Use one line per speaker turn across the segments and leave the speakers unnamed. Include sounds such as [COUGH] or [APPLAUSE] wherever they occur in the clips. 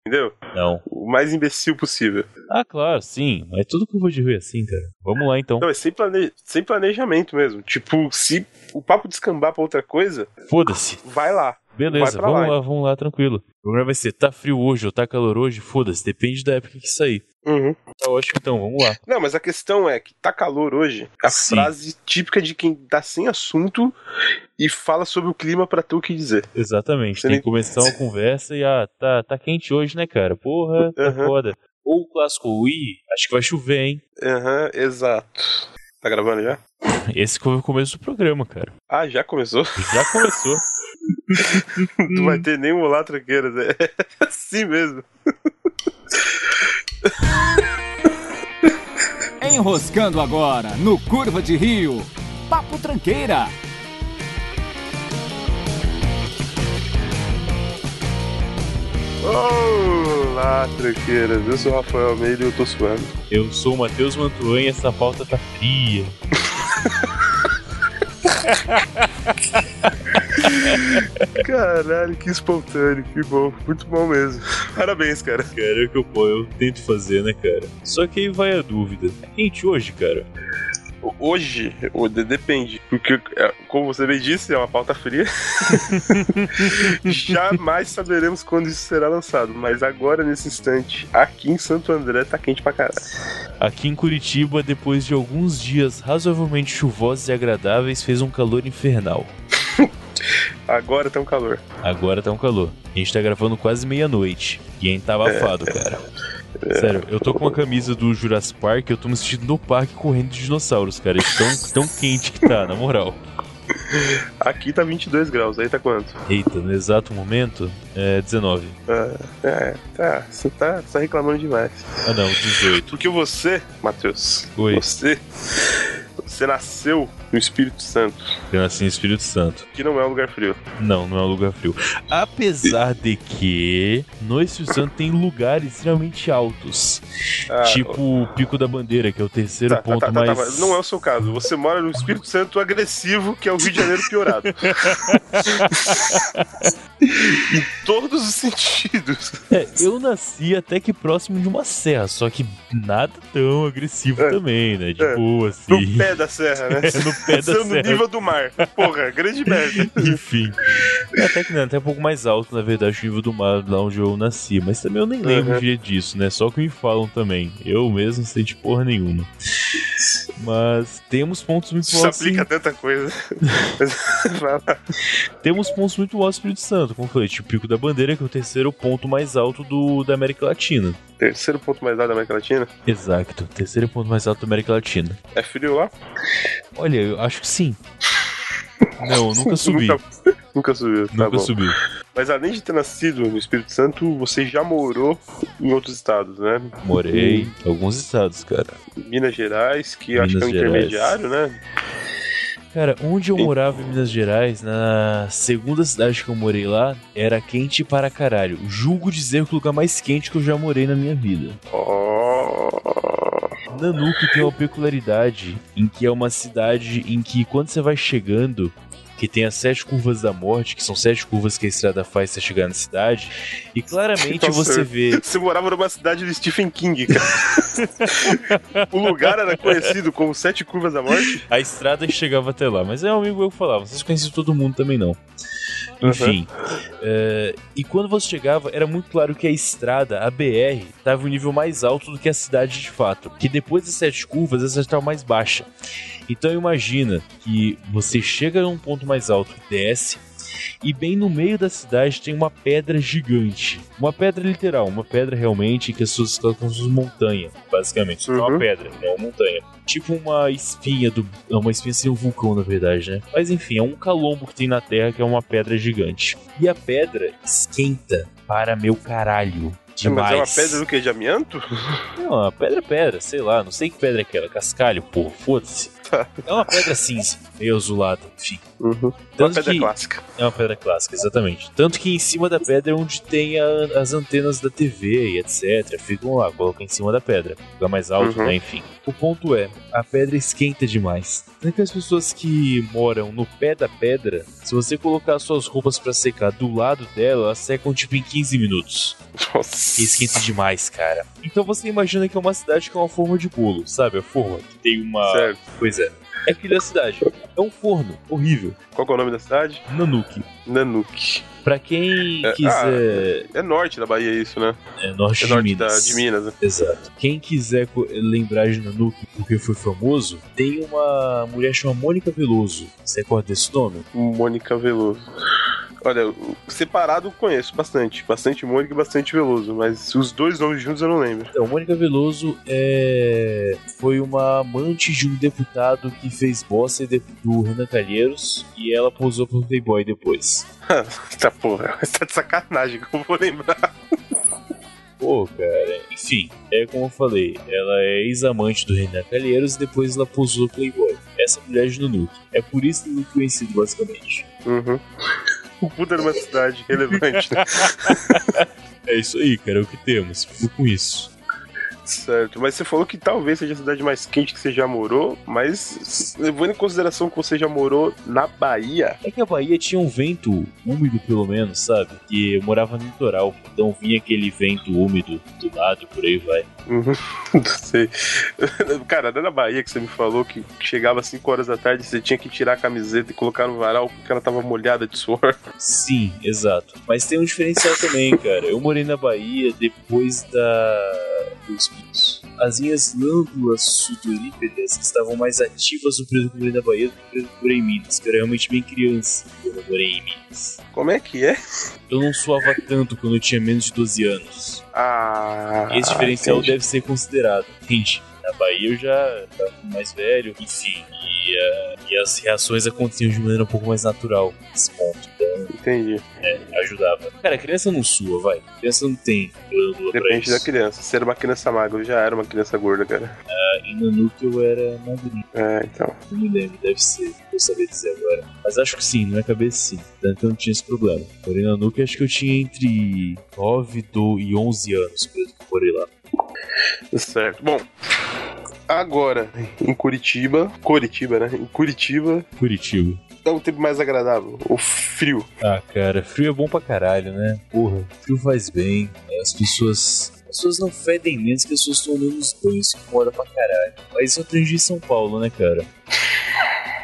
entendeu?
Não.
O mais imbecil possível.
Ah, claro, sim. Mas tudo curva de rio é assim, cara. Vamos lá então.
Não, é sem, plane... sem planejamento mesmo. Tipo, se o papo descambar pra outra coisa,
Foda-se.
vai lá.
Beleza,
Vai pra
vamos
lá,
lá, vamos lá, tranquilo. O programa vai ser tá frio hoje ou tá calor hoje, foda-se, depende da época que sair.
Uhum.
Tá ótimo então, vamos lá.
Não, mas a questão é que tá calor hoje. A
Sim.
frase típica de quem tá sem assunto e fala sobre o clima pra ter o que dizer.
Exatamente,
Você
tem
nem-
que começar
[LAUGHS]
uma conversa e ah, tá, tá quente hoje, né, cara? Porra, tá
Aham.
foda. Ou o clássico Wii, acho que vai chover, hein?
Aham, exato. Tá gravando já?
Esse foi o começo do programa, cara.
Ah, já começou? [LAUGHS]
Já começou.
Não vai ter nenhum olá tranqueiras. [LAUGHS] É assim mesmo.
Enroscando agora no Curva de Rio. Papo Tranqueira.
Olá, tranqueiras. Eu sou o Rafael Almeida e eu tô suando.
Eu sou o Matheus Mantuan e essa pauta tá fria.
Caralho, que espontâneo, que bom. Muito bom mesmo. [LAUGHS] Parabéns, cara.
Cara, é o que eu, pô, eu tento fazer, né, cara? Só que aí vai a dúvida. Tá quente hoje, cara?
O- Hoje, o- de- depende, porque, é, como você bem disse, é uma pauta fria. [LAUGHS] Jamais saberemos quando isso será lançado, mas agora, nesse instante, aqui em Santo André, tá quente pra caralho.
Aqui em Curitiba, depois de alguns dias razoavelmente chuvosos e agradáveis, fez um calor infernal.
Agora tá um calor.
Agora tá um calor. A gente tá gravando quase meia-noite. E ainda tá abafado, cara. Sério, eu tô com uma camisa do Jurassic Park eu tô me sentindo no parque correndo de dinossauros, cara. De Tão, tão quente que tá, na moral.
Aqui tá 22 graus, aí tá quanto?
Eita, no exato momento, é 19.
Ah, é, tá, você tá, tá reclamando demais.
Ah não, 18.
Porque você, Matheus,
Oi.
você, você nasceu no Espírito Santo,
Eu nasci no Espírito Santo.
que não é um lugar frio.
Não, não é um lugar frio. Apesar de que no Espírito Santo tem lugares extremamente altos.
Ah,
tipo o Pico da Bandeira, que é o
Tá,
terceiro ponto mais.
mas Não é o seu caso. Você mora no Espírito Santo agressivo, que é o Rio de Janeiro
[LAUGHS]
piorado. em todos os sentidos.
É, eu nasci até que próximo de uma serra, só que nada tão agressivo
É.
também, né? De
É.
boa,
No
assim.
pé da serra, né?
[LAUGHS] É, no
[LAUGHS]
pé da
Sendo no
serra.
nível do mar. Porra, grande merda.
[LAUGHS] Enfim. Até que não, até um pouco mais alto, na verdade, o nível do mar lá onde eu nasci. Mas também eu nem lembro
Uhum.
direito disso, né? Só o que me falam também. Eu mesmo não sei de porra nenhuma. Mas temos pontos muito
Isso
altos.
aplica a
em-
tanta coisa. [LAUGHS] Vai lá.
Temos pontos muito altos no Espírito Santo, como eu falei, tipo o Pico da Bandeira, que é o terceiro ponto mais alto do, da América Latina.
Terceiro ponto mais alto da América Latina.
Exato, terceiro ponto mais alto da América Latina.
É frio lá?
Olha, eu acho que sim. Não, eu nunca subi.
[LAUGHS] Nunca, nunca subiu. tá
Nunca
bom.
subi.
Mas além de ter nascido no Espírito Santo, você já morou em outros estados, né?
Morei em alguns estados, cara.
Minas Gerais, que acho que é um
Minas Gerais.
intermediário, né?
Cara, onde eu
E-
morava em Minas Gerais, na segunda cidade que eu morei lá, era quente para caralho. Julgo dizer que o lugar mais quente que eu já morei na minha vida.
Oh.
Nanuque tem uma peculiaridade em que é uma cidade em que quando você vai chegando, que tem as sete curvas da morte, que são sete curvas que a estrada faz pra você chegar na cidade, e claramente
Tá
você
certo.
vê.
Você morava numa cidade do Stephen King, cara.
[LAUGHS]
o lugar era conhecido como Sete Curvas da Morte.
A estrada chegava até lá, mas é um amigo meu que falava, vocês conheciam todo mundo também não.
Uhum.
Enfim. é, e quando você chegava, era muito claro que a estrada, a BR, tava um nível mais alto do que a cidade de fato. Que depois das sete curvas, essa estava mais baixa. Então imagina que você chega num ponto mais alto, desce, e bem no meio da cidade tem uma pedra gigante. Uma pedra literal, uma pedra realmente que as pessoas colocam como montanha, basicamente. Não é uma
Uhum.
pedra, é uma montanha. Tipo uma espinha do. é Uma espinha seria um vulcão, na verdade, né? Mas enfim, é um calombo que tem na terra que é uma pedra gigante. E a pedra esquenta para meu caralho.
Mas
Demais.
é uma pedra do que? De amianto?
Não, a pedra é pedra, sei lá, não sei que pedra é aquela, cascalho, porra, foda-se.
Tá.
É uma pedra cinza, meio azulada, enfim.
Uhum. Uma
Tanto
pedra
que,
clássica.
é uma pedra clássica, exatamente. Tanto que em cima da pedra é onde tem a- as antenas da TV e etc. Ficam lá, colocam em cima da pedra. Fica mais alto,
Uhum.
né? Enfim. O ponto é, a pedra esquenta demais. Tanto que as pessoas que moram no pé da pedra, se você colocar suas roupas pra secar do lado dela, elas secam tipo em 15 minutos.
Nossa.
E esquenta demais, cara. Então você imagina que é uma cidade que é uma forma de bolo, sabe? A forma que tem uma.
Certo.
Pois é. É aquilo da cidade. É um forno horrível.
Qual que é o nome da cidade?
Nanuki.
Nanuque.
Pra quem
É,
quiser.
É norte da Bahia isso, né?
é norte,
É norte
de
da-
Minas.
de Minas, né?
Exato. Quem quiser co- lembrar de Nanuki porque foi famoso, tem uma mulher chamada Mônica Veloso. Você recorda desse nome?
Mônica Veloso. Olha, eu- separado eu conheço bastante. Bastante Mônica e bastante Veloso, mas os dois nomes juntos eu não lembro. [LAUGHS]
Então, Mônica Veloso é... foi uma amante de um deputado que fez bosta de- do Renan Calheiros e ela posou pro Playboy depois.
tá porra, [LAUGHS] você tá de sacanagem que eu vou lembrar.
Pô, cara, enfim, é como eu falei, ela é ex-amante do Renan Calheiros e depois ela posou pro Playboy. Essa mulher de Nunuque. É por isso que Nunuque é conhecido, basicamente.
Uhum. O Buda era uma cidade relevante, [LAUGHS] né?
É isso aí, cara, é o que temos. Fico com isso.
Certo, mas você falou que talvez seja a cidade mais quente que você já morou, mas levando em consideração que você já morou na Bahia, [LAUGHS]
É que a Bahia tinha um vento úmido, pelo menos, sabe? Que eu morava no litoral, então vinha aquele vento úmido do lado e por aí vai.
não sei. Cara, não é na Bahia que você me falou que chegava às 5 horas da tarde e você tinha que tirar a camiseta e colocar no varal porque ela tava molhada de suor. [LAUGHS]
Sim, exato. Mas tem um diferencial também, cara. Eu morei na Bahia depois da. dos pinos. As minhas glândulas sudorípedas estavam mais ativas no período que eu morei na Bahia do que no período que eu morei em Minas, que eu era realmente bem criança quando eu morei em Minas.
Como é que é?
Eu não suava tanto quando eu tinha menos de 12 anos.
Ah.
Esse diferencial
entendi.
deve ser considerado, entende? Na Bahia eu já tava mais velho, enfim, e, eh, e as reações aconteciam de maneira um pouco mais natural nesse ponto.
Entendi.
ajudava. Cara, criança não sua, vai. Criança não tem glândula pra
Depende
isso.
da criança. Se era uma criança magra, eu já era uma criança gorda, cara.
E no núcleo era magrinho.
É, então.
Não me lembro, deve ser. Não vou saber dizer agora. Mas acho que sim, na minha cabeça sim. Tanto que eu não tinha esse problema. Porém, na nuca acho que eu tinha entre 9 do- e 11 anos, por exemplo, que eu morei lá.
Certo. Bom. Agora, em Curitiba. Curitiba, né? Em Curitiba,
Curitiba.
é um tempo mais agradável. O frio.
Ah, cara, frio é bom pra caralho, né? Porra, frio faz bem. As pessoas. As pessoas não fedem menos que as pessoas estão nos banhos, que incomoda pra caralho. Mas isso eu aprendi em São Paulo, né, cara?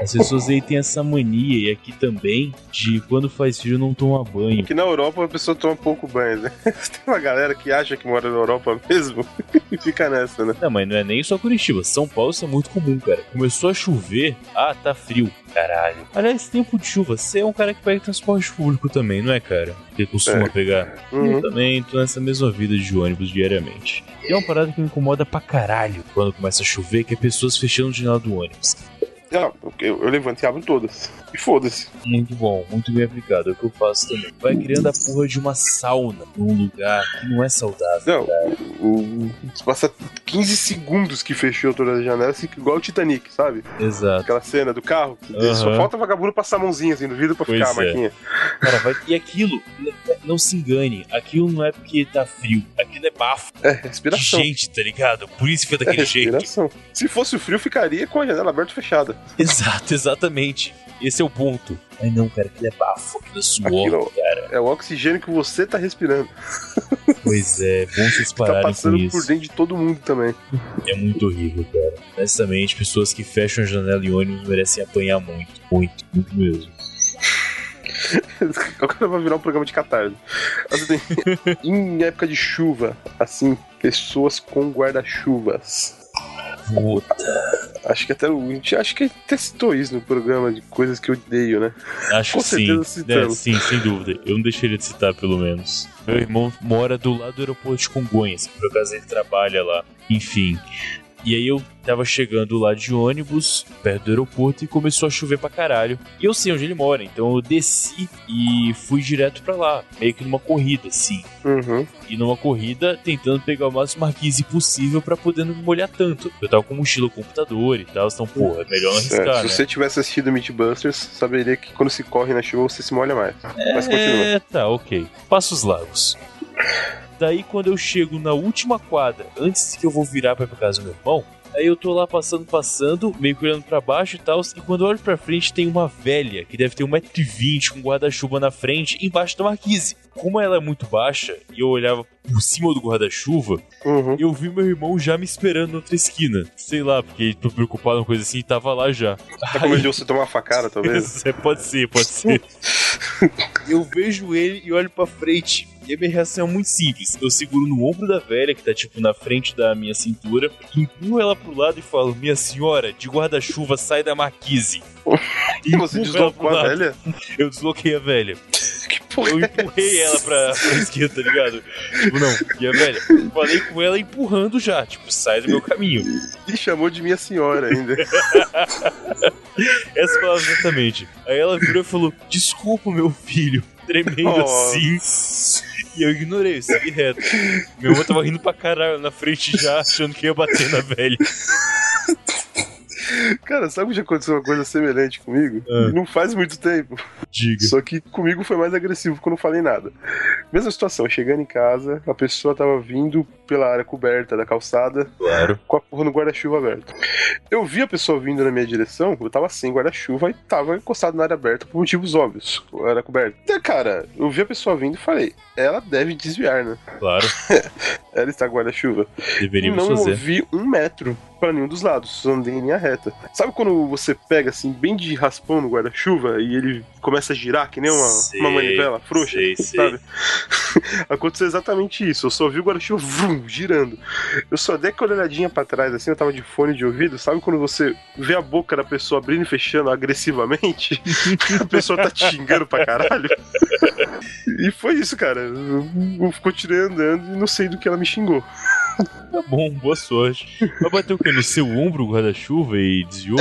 As pessoas aí têm essa mania, e aqui também, de quando faz frio não tomar banho.
Que na Europa a pessoa toma pouco banho, né? [LAUGHS] Tem uma galera que acha que mora na Europa mesmo [LAUGHS] e fica nessa, né?
Não, mas não é nem só Curitiba. São Paulo isso é muito comum, cara. Começou a chover, ah, tá frio. Caralho. Aliás, tempo de chuva, você é um cara que pega transporte público também, não é, cara? Que costuma
É.
pegar. Eu
Uhum.
também tô nessa mesma vida de ônibus diariamente. E é uma parada que me incomoda pra caralho quando começa a chover, que é pessoas fechando o janela do ônibus.
Não, Ah, eu, eu levanto e abro todas. E foda-se.
Muito bom, muito bem aplicado, é o que eu faço também. Vai criando a porra de uma sauna num lugar que não é saudável.
Não, o- o- se passa 15 segundos que fechou todas as janelas, fica assim, igual o Titanic, sabe?
Exato.
Aquela cena do carro. que
Aham.
Só falta o vagabundo passar a mãozinha assim no vidro pra
Pois
ficar a
é.
marquinha.
Cara, vai... E aquilo, n- não se engane, aquilo não é porque tá frio, aquilo é bafo
É,
de
respiração.
gente, tá ligado? Por isso que foi
É,
daquele jeito.
respiração. Se fosse o frio, ficaria com a janela aberta e fechada.
Exato, exatamente. Esse é o ponto. Ai não, cara, aquilo é bafo, aquilo é suor,
Aquilo-
cara.
É o oxigênio que você tá respirando.
Pois é, bom
[LAUGHS]
vocês
Tá
pararem
um passando
com isso.
por dentro de todo mundo também. [LAUGHS]
É muito horrível, cara. Honestamente, pessoas que fecham a janela em ônibus merecem apanhar muito, muito, muito mesmo.
Agora vai virar um programa de catarse.
[LAUGHS]
Assim, em época de chuva, assim, pessoas com guarda-chuvas.
Puta,
Acho que até o- a gente acho que até citou isso no programa de coisas que eu odeio, né?
acho
Com
que sim.
certeza citamos.
É, sim, sem dúvida. Eu não deixaria de citar, pelo menos. Meu irmão mora do lado do aeroporto de Congonhas, que por acaso ele trabalha lá. Enfim. E aí eu tava chegando lá de ônibus, perto do aeroporto, e começou a chover pra caralho. E eu sei onde ele mora, então eu desci e fui direto pra lá, meio que numa corrida, assim.
Uhum.
E numa corrida, tentando pegar o máximo marquise possível pra poder não me molhar tanto. Eu tava com mochila, computador e tal, então, porra, melhor
É,
não arriscar,
se
né?
você tivesse assistido Meatbusters, saberia que quando se corre na chuva você se molha mais. Mas continua.
É, tá, ok. Passa os lagos. Daí quando eu chego na última quadra, antes que eu vou virar pra ir pra casa do meu irmão, aí eu tô lá passando, passando, meio que olhando pra baixo e tal, e quando eu olho pra frente tem uma velha, que deve ter 1,20m com guarda-chuva na frente, embaixo da marquise. Como ela é muito baixa, e eu olhava por cima do guarda-chuva,
Uhum.
eu vi meu irmão já me esperando na outra esquina. Sei lá, porque tô preocupado com coisa assim e tava lá já.
Tá com medo de você tomar uma facada, talvez?
[LAUGHS] É, pode ser, pode
[LAUGHS]
ser. eu vejo ele e olho pra frente. E a minha reação é muito simples. Eu seguro no ombro da velha, que tá tipo na frente da minha cintura, empurro ela pro lado e falo: Minha senhora, de guarda-chuva, sai da marquise.
E [LAUGHS] você
empurro ela pro
deslocou a
lado.
velha?
Eu desloquei a velha.
[LAUGHS] Que porra
Eu
é
empurrei ela
[LAUGHS]
pra, pra esquerda, tá ligado? Tipo, não, e a velha? Falei com ela empurrando já, tipo, sai do meu caminho.
E chamou de minha senhora
[LAUGHS]
ainda.
Essa palavra exatamente. Aí ela virou e falou: Desculpa, meu filho. Tremendo
Oh.
assim. E eu ignorei, eu segui reto. Meu irmão tava rindo pra caralho na frente já, achando que ia bater na velha.
Cara, sabe que já aconteceu uma coisa semelhante comigo?
Ah.
Não faz muito tempo.
Diga.
Só que comigo foi mais agressivo porque eu não falei nada. Mesma situação, chegando em casa, a pessoa tava vindo pela área coberta da calçada
Claro.
com a porra no guarda-chuva aberto. Eu vi a pessoa vindo na minha direção, eu tava sem guarda-chuva e tava encostado na área aberta por motivos óbvios. Era coberta. Então, cara, eu vi a pessoa vindo e falei, ela deve desviar, né?
Claro.
Ela está com guarda-chuva. E
Deveríamos
não
fazer.
movi um metro pra nenhum dos lados, só andei em linha reta. Sabe quando você pega assim, bem de raspão no guarda-chuva e ele começa a girar que nem uma,
Sei,
uma manivela frouxa? [LAUGHS]
sei, sei.
Sabe? Aconteceu exatamente isso. Eu só vi o guarda-chuva vrum, girando. Eu só dei aquela olhadinha pra trás, assim, eu tava de fone de ouvido. Sabe quando você vê a boca da pessoa abrindo e fechando agressivamente? [LAUGHS] a pessoa tá te xingando pra caralho. [LAUGHS] e foi isso, cara. Eu, eu continuei andando e não sei do que ela me xingou.
Tá bom, boa sorte. Mas bateu o quê? No seu ombro o guarda-chuva e desviou?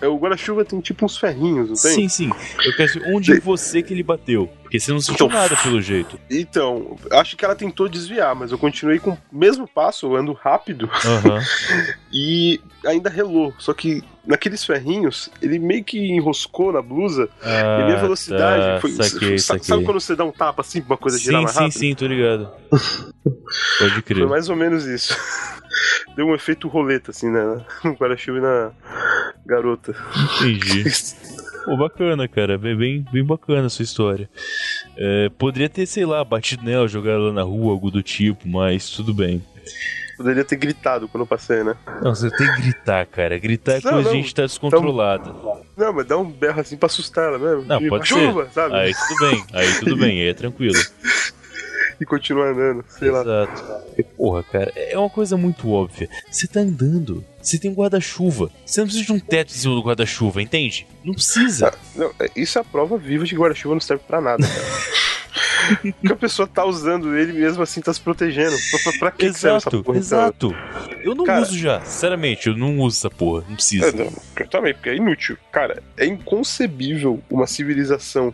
É, O guarda-chuva tem tipo uns ferrinhos, não tem?
sim, sim. Eu quero saber onde em você que ele bateu. Porque você não sentiu
Então,
nada pelo jeito.
Então, acho que ela tentou desviar, mas eu continuei com o mesmo passo, eu ando rápido [LAUGHS]
Aham.
e ainda relou. Só que naqueles ferrinhos, ele meio que enroscou na blusa e a minha
Ah,
velocidade
tá,
foi.
Saquei,
sa-
saquei.
Sabe quando você dá um tapa assim pra uma coisa girar
sim,
mais
sim,
rápido?
sim, tô
[LAUGHS]
ligado. Pode crer.
Foi mais ou menos isso. [LAUGHS] Deu um efeito roleta, assim, né? [LAUGHS] No guarda-chuva e na garota.
Entendi. Pô, bacana, cara. Bem, bem, bem bacana a sua história. É, poderia ter, sei lá, batido nela, jogado ela na rua, algo do tipo, mas tudo bem.
Poderia ter gritado quando eu passei, né?
Não, você tem que gritar, cara. Gritar é
Não,
quando a
não. Então,
gente tá descontrolada.
Não, mas dá um berro assim pra assustar ela mesmo.
Não,
Tipo,
pode
chuva, sabe?
Aí tudo bem, aí tudo bem, aí é tranquilo.
E continuar andando, [LAUGHS] sei lá.
Exato. Porra, cara, é uma coisa muito óbvia. Você tá andando, você tem um guarda-chuva. Você não precisa de um teto em cima do guarda-chuva, entende? Não precisa.
Não, é- isso é a prova viva de que guarda-chuva não serve pra nada, cara.
[LAUGHS]
Porque a pessoa tá usando ele e mesmo assim tá se protegendo. Pra, pra, pra que, que serve essa
exato,
porra? então?
exato. Eu não
Cara-
uso já, sinceramente, eu não uso essa porra, não precisa.
É, não, eu também, porque é inútil. Cara, é inconcebível uma civilização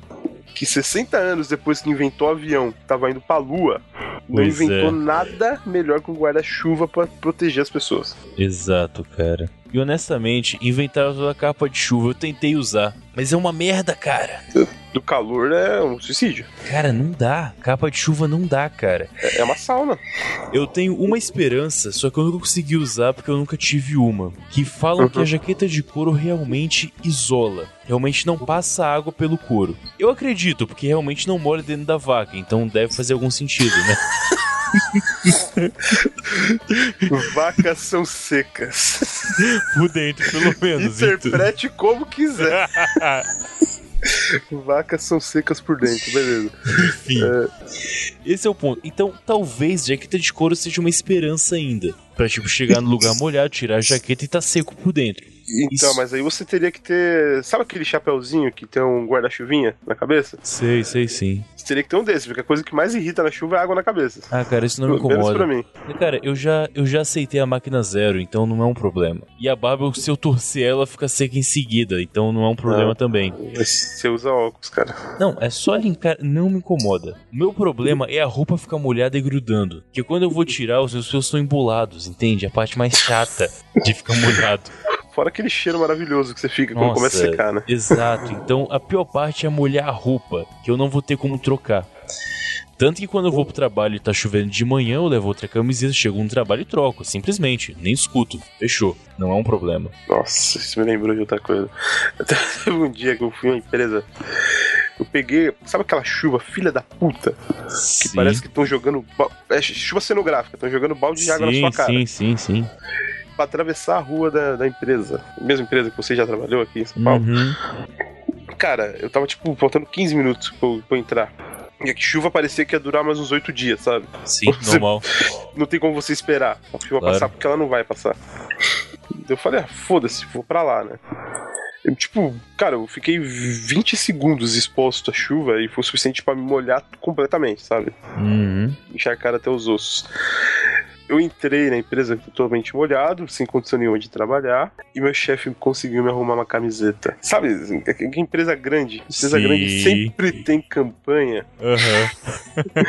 que 60 anos depois que inventou o avião, tava indo pra lua, não
Pois
inventou
é.
nada melhor que um guarda-chuva pra proteger as pessoas.
Exato, cara. E honestamente, inventaram toda a capa de chuva, eu tentei usar, mas é uma merda, cara.
Do calor é um suicídio.
Cara, não dá. Capa de chuva não dá, cara.
É, é uma
[LAUGHS]
sauna.
Eu tenho uma esperança, só que eu nunca consegui usar porque eu nunca tive uma. Que falam
Uhum.
que a jaqueta de couro realmente isola. Realmente não passa água pelo couro. Eu acredito, porque realmente não molha dentro da vaca, então deve fazer algum sentido, né?
[LAUGHS] Vacas são secas.
Por dentro, pelo menos. então.
Interprete como quiser. Vacas são secas por dentro, beleza.
Enfim. Esse é o ponto. Então, talvez jaqueta de couro seja uma esperança ainda. Pra, tipo, chegar no lugar molhado, tirar a jaqueta e tá seco por dentro.
Então,
Isso.
mas aí você teria que ter. Sabe aquele chapéuzinho que tem um guarda-chuvinha na cabeça?
Sei, sei sim.
Você teria que ter um desse, porque a coisa que mais irrita na chuva é água na cabeça.
Ah, cara, isso não me
Pelo menos pra
incomoda.
mim.
Cara, eu já, eu já aceitei a máquina zero, então não é um problema. E a barba, se eu torcer ela, fica seca em seguida, então não é um problema
Ah.
também.
Mas Você usa óculos, cara.
Não, é só limpar, não me incomoda. O meu problema é a roupa ficar molhada e grudando. Que quando eu vou tirar, os meus pelos estão embolados, entende? É A parte mais chata de ficar molhado.
Fora aquele cheiro maravilhoso que você fica quando começa
é.
a secar, né?
Exato. Então a pior parte é molhar a roupa, que eu não vou ter como trocar. Tanto que quando eu vou pro trabalho e tá chovendo de manhã, eu levo outra camiseta, chego no trabalho e troco, simplesmente, nem escuto. Fechou. Não é um problema.
Nossa, isso me lembrou de outra coisa. [LAUGHS] Até teve um dia que eu fui em uma empresa. Eu peguei. Sabe aquela chuva, filha da puta? Que
Sim.
parece que estão jogando. ba- É chuva cenográfica, estão jogando balde de água na
sim,
sua cara.
sim, sim, sim.
Pra atravessar a rua da, da empresa. Mesma empresa que você já trabalhou aqui em São Paulo.
Uhum.
Cara, eu tava tipo faltando 15 minutos pra, eu- pra eu entrar. E a chuva parecia que ia durar mais uns 8 dias, sabe?
Sim, normal.
Não tem como você esperar a chuva
Claro.
passar, porque ela não vai passar. Eu falei, ah, foda-se, vou pra lá, né? Eu, tipo, cara, eu fiquei 20 segundos exposto à chuva e foi o suficiente pra me molhar completamente, sabe?
Uhum.
Encharcar até os ossos. Eu entrei na empresa totalmente molhado, sem condição nenhuma de trabalhar, e meu chefe conseguiu me arrumar uma camiseta. Sabe, assim, que- que empresa grande, empresa
Sim.
grande sempre tem campanha
Aham.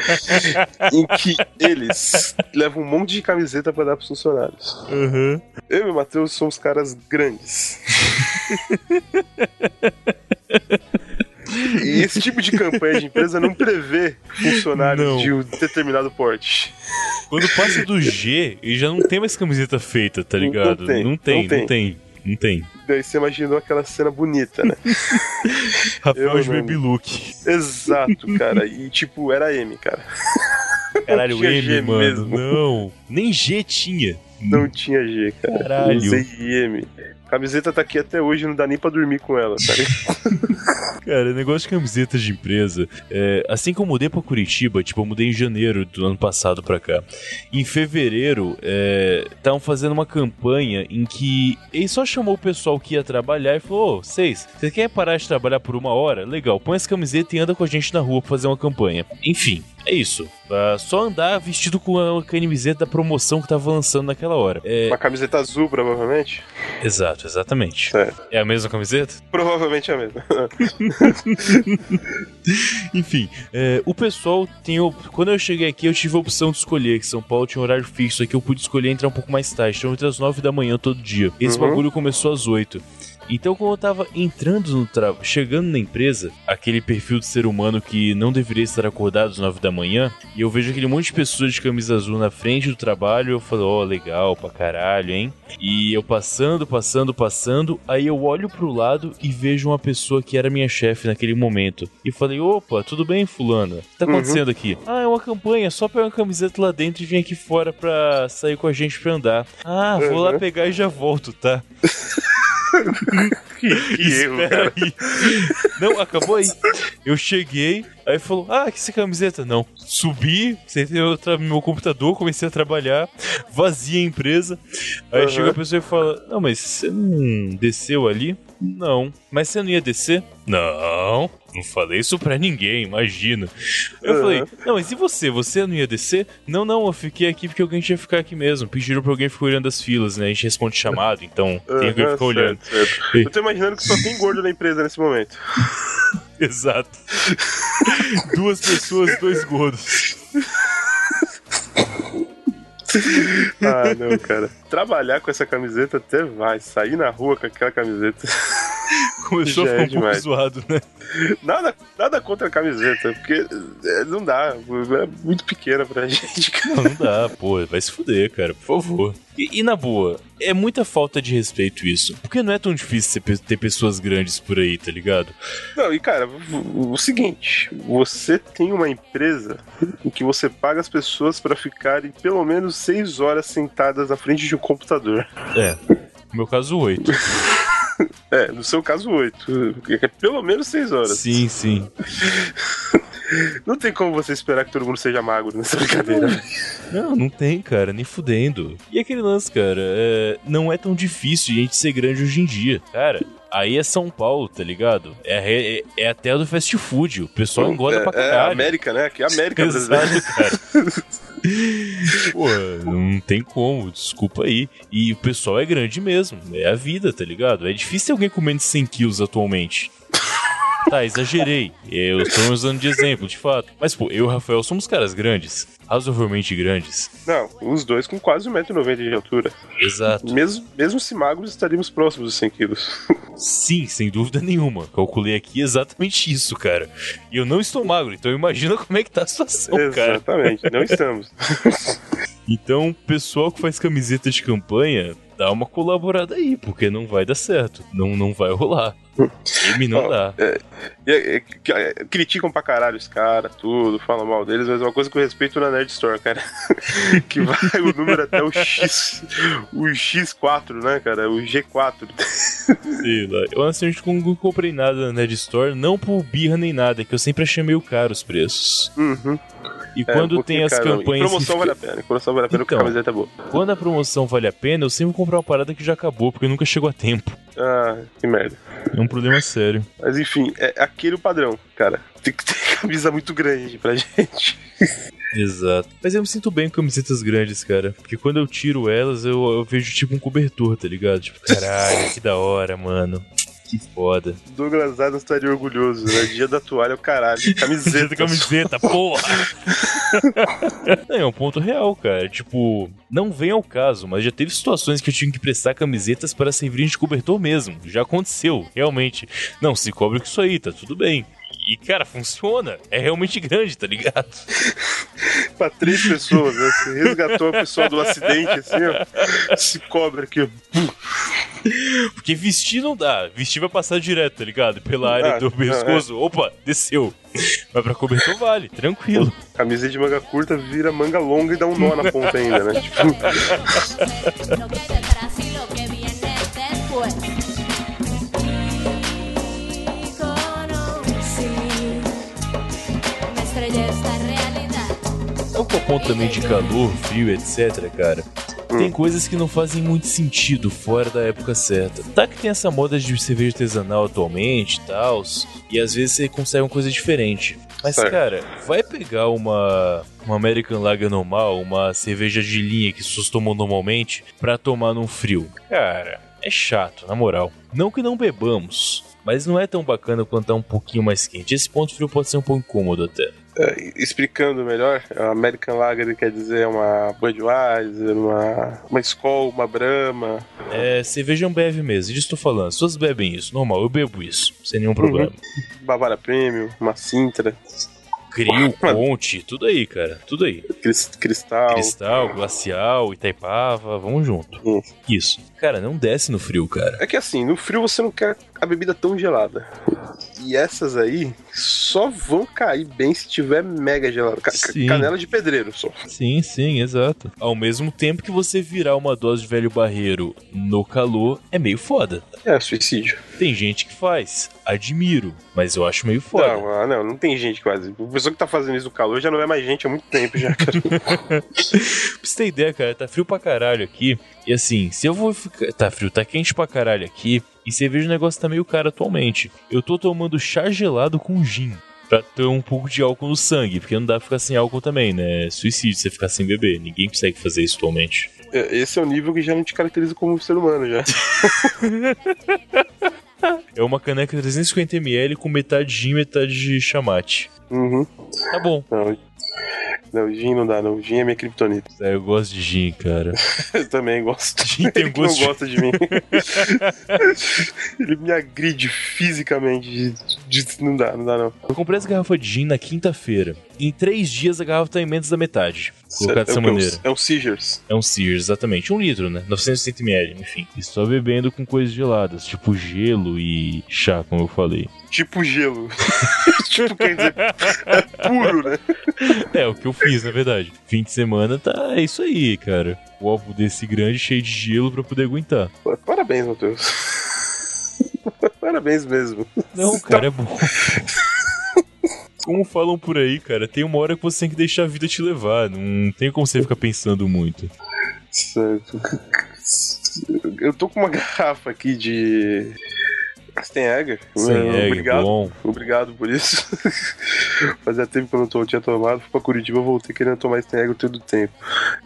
em
[LAUGHS]
que eles levam um monte de camiseta pra dar pros funcionários.
Uhum.
Eu e o Matheus somos caras
[LAUGHS]
grandes. E esse tipo de campanha de empresa não prevê funcionários
Não.
de um determinado porte.
Quando passa do G, ele já não tem mais camiseta feita, tá
Não
ligado?
tem,
não tem.
não
Não tem. Não tem.
Daí você imaginou aquela cena bonita,
[LAUGHS]
né?
Rafael
Eu
de
não-
Baby Look.
Exato, cara. E tipo, era M, cara.
Caralho,
tinha
M,
G
mano.
mesmo.
Não. Nem G tinha.
Não tinha G, cara.
Caralho.
Usei M. Camiseta tá aqui até hoje, não dá nem pra dormir com ela, tá cara.
Cara, negócio de camiseta de empresa. é, assim que eu mudei pra Curitiba, tipo, eu mudei em janeiro do ano passado pra cá. Em fevereiro, estavam fazendo uma campanha em que ele só chamou o pessoal que ia trabalhar e falou: Ô, vocês, vocês querem parar de trabalhar por uma hora? Legal, põe essa camiseta e anda com a gente na rua pra fazer uma campanha. Enfim. É isso. Ah, só andar vestido com a camiseta da promoção que tava lançando naquela hora. [LAUGHS] É,
Uma camiseta azul, provavelmente.
exato, exatamente.
Certo.
É a mesma camiseta?
Provavelmente é a
[LAUGHS]
mesma.
Enfim, é, o pessoal tem. op- Quando eu cheguei aqui, eu tive a opção de escolher, que São Paulo tinha um horário fixo, aqui eu pude escolher entrar um pouco mais tarde, então eu entrei às 9 da manhã todo dia. Esse
Uhum.
bagulho começou às 8. Então, quando eu tava entrando no trabalho, chegando na empresa, aquele perfil de ser humano que não deveria estar acordado às 9 da manhã, e eu vejo aquele monte de pessoas de camisa azul na frente do trabalho, eu falo, ó, legal pra caralho, hein? E eu passando, passando, passando, aí eu olho pro lado e vejo uma pessoa que era minha chefe naquele momento. E falei, opa, tudo bem, fulana? O que tá
Uhum.
acontecendo aqui? Ah, é uma campanha, só pegar uma camiseta lá dentro e vir aqui fora pra sair com a gente pra andar. Ah, vou lá
Uhum.
pegar e já volto, tá?
Que, [LAUGHS] que erro,
Espera
cara.
aí. Não, acabou aí. Eu cheguei, aí falou, ah, que essa camiseta? Não. Subi, sentei no tra- meu computador, comecei a trabalhar, vazia a empresa. Aí
Aham.
chega a pessoa e fala, não, mas você não desceu ali? Não. Mas você não ia descer? Não. Não falei isso pra ninguém, imagina. Eu
Aham.
falei, não, mas e você? Você não ia descer? Não, não, eu fiquei aqui porque alguém tinha que ficar aqui mesmo. Pediram pra alguém ficar olhando as filas, né? A gente responde chamado, então tem alguém que
Aham,
ficar olhando.
certo, certo. Eu tô imaginando que só tem gordo na empresa nesse momento.
[LAUGHS] Exato. Duas pessoas, dois gordos. [LAUGHS]
Ah, não, cara. Trabalhar com essa camiseta até vai. Sair na rua com aquela camiseta. [LAUGHS]
Começou
Já é
a ficar um pouco
demais.
zoado, né?
Nada, nada contra a camiseta, porque é, não dá. É muito pequena pra [LAUGHS] gente, cara.
Não, não dá, pô, vai se fuder, cara, por favor. E, e na boa, é muita falta de respeito isso. Porque não é tão difícil você pe- ter pessoas grandes por aí, tá ligado?
Não, e cara, o, o seguinte: você tem uma empresa em que você paga as pessoas pra ficarem pelo menos seis horas sentadas na frente de um computador.
É. No meu caso, oito.
É, no seu caso, oito. É pelo menos seis horas.
Sim, sim.
Não tem como você esperar que todo mundo seja magro nessa brincadeira.
Não, não tem, cara, nem fudendo. E aquele lance, cara, é, não é tão difícil a gente ser grande hoje em dia. Cara, aí é São Paulo, tá ligado? É, a re- é, é a terra do fast food, o pessoal engorda pra
é, é a
caralho.
América, né? Aqui é a América brasileira.
Exato, cara. [LAUGHS] Pô, não tem como, desculpa aí. E o pessoal é grande mesmo, é a vida, tá ligado? É difícil ter alguém comendo 100 quilos atualmente. Tá, exagerei. Eu tô usando de exemplo, de fato. Mas, pô, eu e o Rafael somos caras grandes. Razoavelmente grandes.
Não, os dois com quase 1,90m de altura.
Exato.
Mesmo, mesmo se magros, estaríamos próximos dos 100 quilos.
Sim, sem dúvida nenhuma. Calculei aqui exatamente isso, cara. E eu não estou magro, então imagina como é que tá a situação, cara.
Exatamente, não estamos.
Então, o pessoal que faz camiseta de campanha, dá uma colaborada aí, porque não vai dar certo. Não, não vai rolar. Time não
Ó,
dá.
E, [LAUGHS] é- é que- é- criticam pra caralho os caras, tudo, falam mal deles, mas é uma coisa que eu respeito na Nerd Store, cara. [LAUGHS] que vai o número é até o X. O X4, né, cara? O G4.
Sei lá. Eu honestamente não comprei nada na Nerd Store, não por birra nem nada, é que eu sempre achei meio caro os preços.
Uhum.
E
É, um
quando
pouquinho
tem as
caro, não. E
campanhas.
Promoção vale a pena, e promoção vale a pena porque a
Então.
camiseta é boa.
Quando a promoção vale a pena, eu sempre compro uma parada que já acabou, porque nunca chegou a tempo.
Ah, que merda.
É um problema sério.
Mas enfim, é aquele o padrão, cara. Tem que ter [LAUGHS] camisa muito grande pra
[LAUGHS]
gente.
Exato. Mas eu me sinto bem com camisetas grandes, cara. Porque quando eu tiro elas, eu, eu vejo tipo um cobertor, tá ligado? Tipo, caralho, que da hora, mano. Que foda.
Douglas Adams estaria orgulhoso, né? Dia da toalha, é o caralho.
[LAUGHS]
Camiseta.
camiseta, porra! [LAUGHS] Não, é um ponto real, cara. Tipo, não vem ao caso, mas já teve situações que eu tinha que prestar camisetas para servirem de cobertor mesmo. Já aconteceu, realmente. Não, se cobre com isso aí, tá tudo bem. E, cara, funciona. É realmente grande, tá ligado?
pra três pessoas, né? Você resgatou a pessoa do acidente, assim, ó. Se cobra aqui. ó.
Porque vestir não dá. Vestir vai passar direto, tá ligado? Pela
Ah,
área do
não,
pescoço. Opa, desceu. Mas pra cobertor vale, tranquilo.
Camisa de manga curta vira manga longa e dá um nó na ponta ainda, né? Tipo,
Lo que está atrás y lo que viene después. Y conocí, me estrellé esta realidad.
Sabe qual é o ponto também de calor, frio, etc, cara? Tem coisas que não fazem muito sentido fora da época certa. Tá que tem essa moda de cerveja artesanal atualmente e tal, e às vezes você consegue uma coisa diferente. Mas,
Certo.
cara, vai pegar uma, uma American Lager normal, uma cerveja de linha que vocês tomam normalmente, pra tomar num frio. Cara, é chato, na moral. Não que não bebamos, mas não é tão bacana quanto tá um pouquinho mais quente. Esse ponto frio pode ser um pouco incômodo até.
é, explicando melhor, a American Lager quer dizer uma Budweiser, uma, uma Skol, uma Brahma.
É, cerveja Ambev mesmo, disso tô falando. As pessoas bebem isso, normal, eu bebo isso, sem nenhum problema.
Bavara Premium, uma Sintra,
Crio, Conte, tudo aí, cara, tudo aí.
Cris- Cristal.
Cristal, Glacial, Itaipava, vamos junto.
Isso.
Isso. Cara, não desce no frio, cara.
É que assim, no frio você não quer a bebida tão gelada. E essas aí só vão cair bem se tiver mega gelada. Ca- ca-
Sim.
canela de pedreiro só.
Sim, sim, exato. Ao mesmo tempo que você virar uma dose de velho barreiro no calor, é meio foda.
É, suicídio.
Tem gente que faz, admiro, mas eu acho meio foda.
Não, ah, não, não tem gente quase. A pessoa que tá fazendo isso no calor já não é mais gente há muito tempo já,
[LAUGHS]
cara.
Pra você ter ideia, cara, tá frio pra caralho aqui. E assim, se eu vou ficar. Tá frio, tá quente pra caralho aqui. E cerveja o negócio tá meio caro atualmente. Eu tô tomando chá gelado com gin. Pra ter um pouco de álcool no sangue. Porque não dá pra ficar sem álcool também, né? É Suicídio você ficar sem beber. Ninguém consegue fazer isso atualmente.
É, Esse é o nível que já não te caracteriza como ser humano já.
É uma caneca 350ml com metade de gin e metade de chamate.
Uhum.
Tá bom.
Não. Não, gin não dá, não. Gin é minha criptonita. [LAUGHS]
É, eu gosto de gin, cara.
Eu também gosto.
Gin
Ele
tem
que não
gosto. de-
gosta
[LAUGHS]
de mim. Ele me agride fisicamente. de- de- não dá, não dá, não.
Eu comprei essa garrafa de gin na quinta-feira. Em três dias a garrafa tá em menos da metade. Colocado
é,
dessa
o que?
maneira.
É um Seizures.
É um Sears, exatamente. Um litro, né? 980ml, enfim. E só bebendo com coisas geladas, tipo gelo e chá, como eu falei.
Tipo gelo. [LAUGHS] tipo, quer dizer, é puro, né?
É, o que eu fiz, na verdade. Fim de semana tá é isso aí, cara. O álbum desse grande cheio de gelo pra poder aguentar.
Pô, Parabéns, Matheus. [LAUGHS] Parabéns mesmo.
[LAUGHS] Não, cara, é bom. Como falam por aí, cara, tem uma hora que você tem que deixar a vida te levar. Não tem como você ficar pensando muito.
Certo. Eu tô com uma garrafa aqui de. Stenegger.
Sem egg,
Obrigado.
bom.
Obrigado por isso. [LAUGHS] Fazia tempo que eu não to- tinha tomado. Fui pra Curitiba, voltei querendo tomar Stenegger todo o tempo.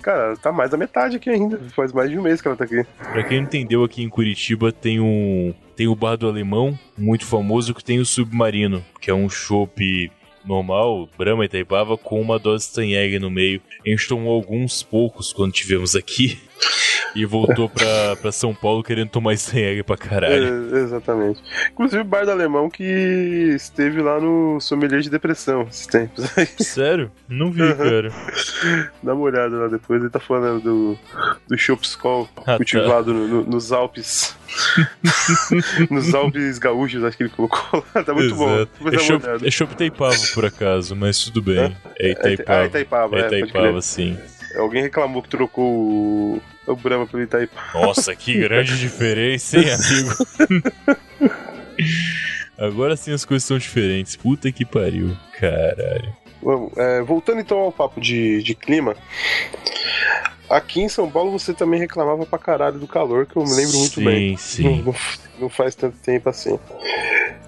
Cara, tá mais da metade aqui ainda. Faz mais de um mês que ela tá aqui.
Pra quem não entendeu, aqui em Curitiba tem um tem o bar do alemão, muito famoso, que tem o submarino, que é um chopp normal, Brahma e Taipava, com uma dose de Tanheg no meio. A gente tomou alguns poucos quando tivemos aqui [LAUGHS] e voltou pra, pra São Paulo querendo tomar Tanheg pra caralho.
É, exatamente. Inclusive o bar do alemão que esteve lá no sommelier de depressão esses tempos. [LAUGHS]
Sério? Não vi, cara.
Dá uma olhada lá depois, ele tá falando do, do Chopscol
Ah, tá.
cultivado no- no- nos Alpes. [LAUGHS] nos Alpes gaúchos, acho que ele colocou lá. Tá muito bom.
Exato.
Depois dá
É
uma
chopp
olhada.
é chopp Taipava, por acaso, mas tudo bem. É
Ah,
Itaipava.
Itaipava,
É
é, pode crer.
Itaipava, sim.
Alguém reclamou que trocou o, o Brahma pelo Itaipava.
Nossa, que grande diferença, hein, amigo? [LAUGHS] Agora sim as coisas são diferentes. Puta que pariu. Caralho.
Vamos, é, voltando então ao papo de, de clima. Aqui em São Paulo você também reclamava pra caralho do calor, que eu me lembro muito
sim,
bem.
Sim,
Não, não faz tanto tempo assim.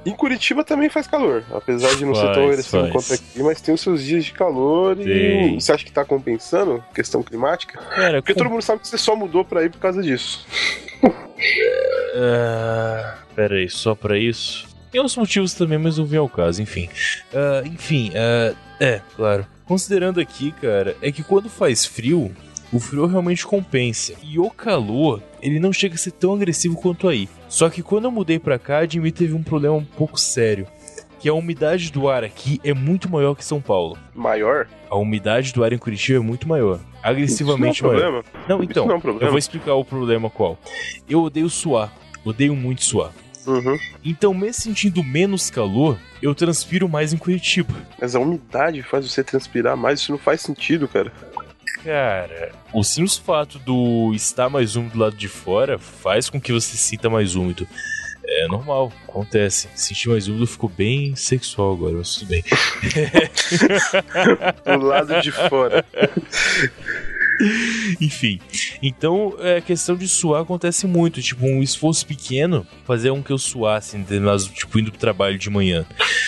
Em Curitiba também faz calor, apesar de não ser tão
Faz,
agressivo
faz.
quanto aqui, mas tem os seus dias de calor
Tem.
e você acha que tá compensando questão climática?
Cara,
Porque
com...
todo mundo sabe que você só mudou pra ir por causa disso.
Ah, Pera aí, só pra isso? Tem uns motivos também, mas não vem ao caso, enfim. Ah, enfim, ah, é, claro. Considerando aqui, cara, é que quando faz frio, o frio realmente compensa. E o calor, ele não chega a ser tão agressivo quanto aí. Só que quando eu mudei pra cá, a Jimmy teve um problema um pouco sério. Que a umidade do ar aqui é muito maior que São Paulo.
Maior?
A umidade do ar em Curitiba é muito maior. Agressivamente
isso não é um
maior.
problema.
Não, então,
isso não é um
eu
problema.
vou explicar o problema qual. Eu odeio suar. Odeio muito suar.
Uhum.
Então, me sentindo menos calor, eu transpiro mais em Curitiba.
Mas a umidade faz você transpirar mais, isso não faz sentido, cara.
Cara, o simples fato do estar mais úmido do lado de fora faz com que você se sinta mais úmido. É normal, acontece. Sentir mais úmido ficou bem sexual agora, mas tudo bem. [LAUGHS]
Do lado de
[LAUGHS]
fora.
Enfim, então é, a questão de suar acontece muito. Tipo, um esforço pequeno fazer com que eu suasse, em determinados- tipo, indo pro trabalho de manhã.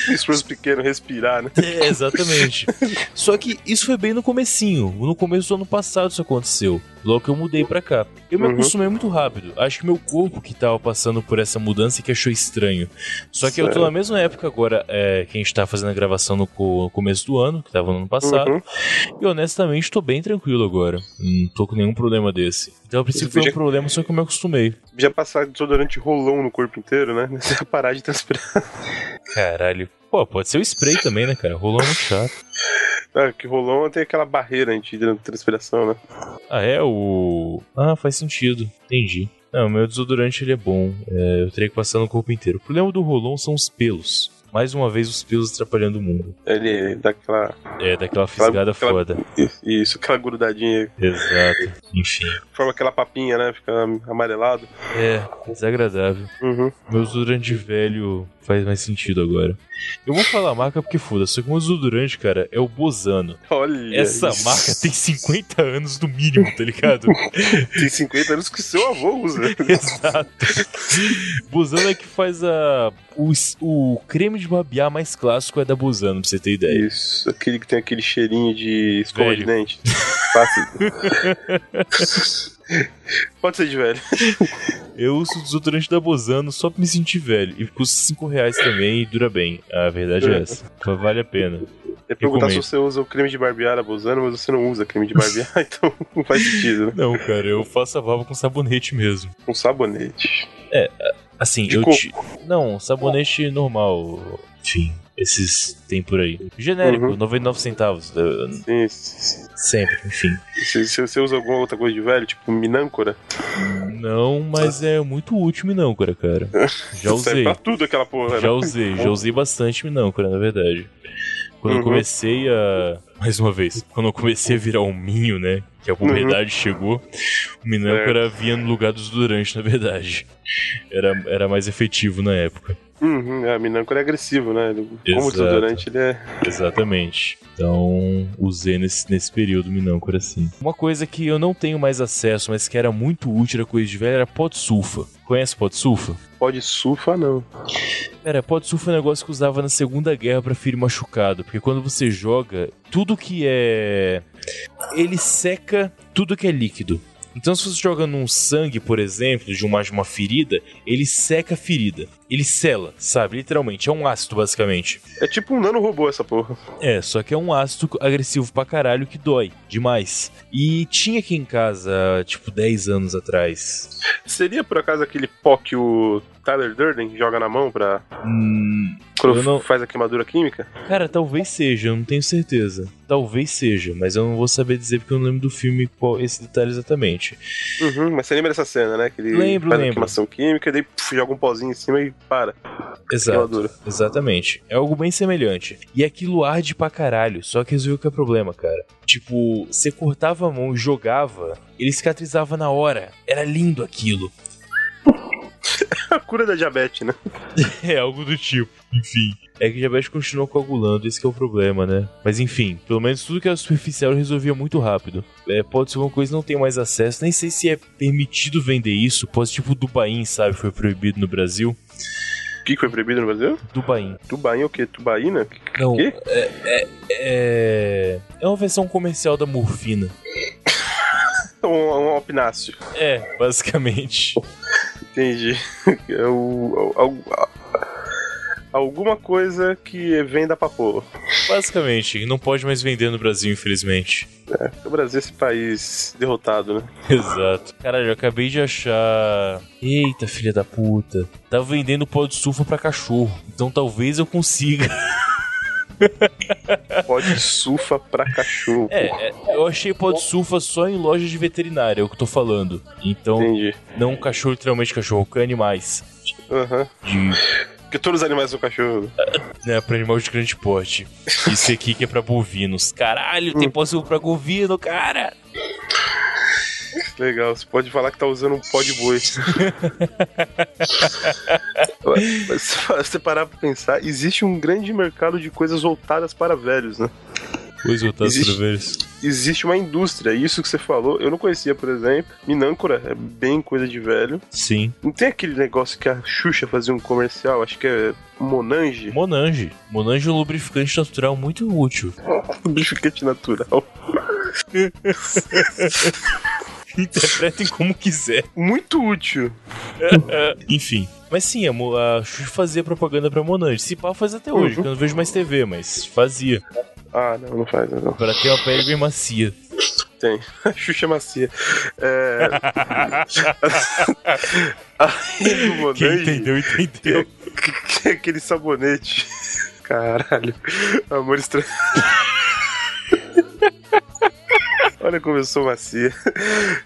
Esforço pequeno, respirar, né?
É, exatamente. Só que isso foi bem no comecinho. No começo do ano passado isso aconteceu. Logo que eu mudei pra cá. Eu me
Uhum.
acostumei muito rápido. Acho que meu corpo que tava passando por essa mudança que achou estranho. Só que eu tô
Certo.
na mesma época agora é, que a gente tá fazendo a gravação no, co- no começo do ano, que tava no ano passado.
Uhum.
E honestamente tô bem tranquilo agora. Não tô com nenhum problema desse. Então a princípio foi um
Podia-
problema, só que eu me acostumei.
Já passar desodorante rolão no corpo inteiro, né? [LAUGHS] Você ia parar de transpirar.
Caralho. Pô, pode ser o spray também, né, cara? Rolou muito chato.
Ah, que rolão tem aquela barreira anti-transpiração, né?
Ah, é o. Ah, faz sentido. Entendi. Não, meu desodorante ele é bom. É, eu teria que passar no corpo inteiro. O problema do Rolon são os pelos. Mais uma vez, os pelos atrapalhando o mundo.
Ele dá aquela.
É, daquela fisgada
aquela-
foda.
Isso, aquela grudadinha,
Exato. Enfim.
forma aquela papinha, né? Fica amarelado.
É, desagradável.
Uhum.
Meu desodorante velho faz mais sentido agora. Eu vou falar a marca porque foda, só que o meu desodorante, cara, é o Bozano.
Olha.
Essa
isso.
marca tem 50 anos no mínimo, tá ligado?
Tem 50 anos que seu avô usa.
[LAUGHS] Exato. Buzano é que faz a. O, s- o creme de barbear mais clássico é da Buzano, pra você ter ideia.
Isso, aquele que tem aquele cheirinho de escova
Velho.
de
[LAUGHS]
dente. Fácil. Pode ser de velho.
Eu uso o desodorante da Bozano só pra me sentir velho. E custa 5 reais também e dura bem. A verdade é essa. Mas Vale a pena.
É perguntar se
Recomendo.
você usa o creme de barbear abusando, mas você não usa creme de barbear, [LAUGHS] então não faz sentido, né?
Não, cara, eu faço a barba com sabonete mesmo.
Um sabonete.
Assim,
De
eu
coco.
te. Não, sabonete normal. Enfim, esses tem por aí. Genérico,
Uhum.
99 centavos. eu- eu-
Sim, sim.
Sempre, enfim.
Se, se você usa alguma outra coisa de velho, tipo minâncora,
Não, mas é muito útil, não, cara,
[LAUGHS]
cara. Já
serve
usei.
pra tudo aquela porra, né?
Já usei, já usei bastante minâncora, na verdade. Quando eu
Uhum.
comecei a. Mais uma vez, quando eu comecei a virar hominho, né? Que a puberdade chegou, o minâncora vinha no lugar dos durantes, na verdade. Era, era mais efetivo na época.
Uhum, é, a Minâncora é agressivo, né? Ele, como
Exato.
desodorante, ele é.
Exatamente. Então, usei nesse, nesse período Minâncora assim. Uma coisa que eu não tenho mais acesso, mas que era muito útil, era coisa de velho, era podsulfa. Conhece podsulfa?
Pode surfa, não.
Cara, podsulfa é um negócio que usava na Segunda Guerra pra ferir machucado, porque quando você joga, tudo que é. Ele seca tudo que é líquido. Então, se você joga num sangue, por exemplo, de uma, de uma ferida, ele seca a ferida. Ele sela, sabe? Literalmente. É um ácido, basicamente.
É tipo um nano robô essa porra.
É, só que é um ácido agressivo pra caralho que dói demais. E tinha aqui em casa, tipo, 10 anos atrás.
Seria por acaso aquele pó que o Tyler Durden joga na mão pra.
Hum,
Quando
Eu não-
faz a queimadura química?
cara, talvez seja, eu não tenho certeza. Talvez seja, mas eu não vou saber dizer porque eu não lembro do filme qual esse detalhe exatamente.
Uhum, mas você lembra dessa cena, né? Que ele
Lembro,
faz a
lembro.
queimação química e daí puf, joga um pozinho em cima e para.
Exato,
Queimadura.
exatamente. É algo bem semelhante. E aquilo arde pra caralho, só que resolveu que é problema, cara. Tipo, você cortava a mão e jogava, ele cicatrizava na hora. Era lindo aquilo.
A cura da diabetes, né?
É algo do tipo. Enfim. É que o diabetes continuou coagulando, esse que é o problema, né? Mas enfim, pelo menos tudo que era superficial eu resolvia muito rápido. É, pode ser uma coisa que não tem mais acesso, nem sei se é permitido vender isso. Pode tipo Dubaim, sabe? Foi proibido no Brasil.
O que que foi proibido no Brasil?
Dubaim.
Tubaína é o quê? Tubaína?
Não,
Quê?
é, é, é. É uma versão comercial da morfina.
Um, um alpinácio.
É, basicamente.
Entendi. [LAUGHS] É o. al- al- Alguma coisa que vem da papo.
Basicamente, não pode mais vender no Brasil, infelizmente.
O Brasil é esse país derrotado, né?
[LAUGHS] Exato. Caralho, eu acabei de achar. Eita, filha da puta. Tá vendendo pó de sulfa pra cachorro. Então talvez eu consiga. [LAUGHS]
Pó de sufa pra cachorro.
É, é, eu achei pó de sulfa só em lojas de veterinária, é o que eu tô falando. Então,
Entendi.
não cachorro, literalmente cachorro, com animais.
Aham.
De,
Porque todos os animais são cachorro.
né, pra animal de grande porte. Isso aqui que é pra bovinos. Caralho, tem pó de sulfa pra bovino, cara!
Legal, você pode falar que tá usando um pó de boi. Ué, Mas se você parar pra pensar, existe um grande mercado de coisas voltadas para velhos, né?
Pois é, eu tava
Existe-
ver
Existe uma indústria, isso que você falou, eu não conhecia, por exemplo. Minâncora é bem coisa de velho.
Sim.
Não tem aquele negócio que a Xuxa fazia um comercial, acho que é Monange,
Monange. Monange é um lubrificante natural muito útil. [LAUGHS]
[LAUGHS] lubrificante é natural.
Interpretem como quiser.
Muito útil.
[LAUGHS] Enfim. Mas sim, a, Mo- a Xuxa fazia propaganda pra Monange. Se pá, faz até hoje,
Uhum.
que eu não vejo mais TV, mas fazia.
Ah, não, não faz, não.
Pra ter uma pele bem macia.
Tem. [LAUGHS] A Xuxa macia.
[LAUGHS]
É. Aí do
Quem
Monange,
entendeu, entendeu.
que é [LAUGHS] aquele sabonete. Caralho. Amor estranho. [LAUGHS] Olha como eu sou macia.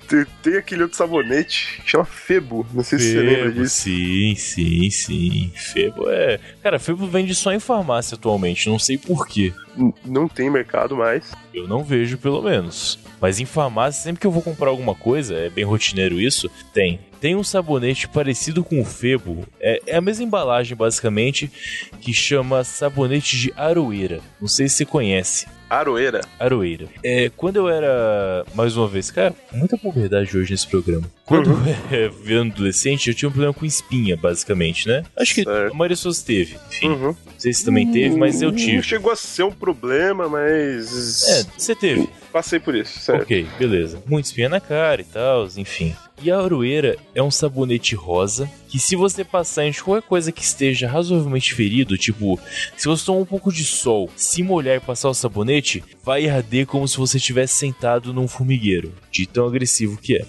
Tem, tem aquele outro sabonete é que chama Febo. Não sei se você lembra
Febo,
disso.
sim, sim, sim. Febo é. Cara, Febo vende só em farmácia atualmente, não sei porquê.
N- Não tem mercado mais.
Eu não vejo, pelo menos. Mas em farmácia, sempre que eu vou comprar alguma coisa, é bem rotineiro isso, tem. Tem um sabonete parecido com o Febo, é, é a mesma embalagem basicamente, que chama sabonete de aroeira. Não sei se você conhece.
Aroeira.
Aroeira. É, quando eu era. Mais uma vez, cara, muita puberdade hoje nesse programa. Quando [LAUGHS] eu era virando adolescente, eu tinha um problema com espinha, basicamente, né? Acho que
Certo.
a maioria das pessoas teve. Enfim,
Uhum.
não sei se também teve, mas eu
Não
tive.
chegou a ser um problema,
É,
mas.
você teve.
Passei por isso, certo.
Ok, beleza. Muito espinha na cara e tal, enfim. E a aroeira é um sabonete rosa que se você passar em qualquer coisa que esteja razoavelmente ferido, tipo, se você tomar um pouco de sol, se molhar e passar o sabonete, vai arder como se você estivesse sentado num formigueiro, de tão agressivo que é.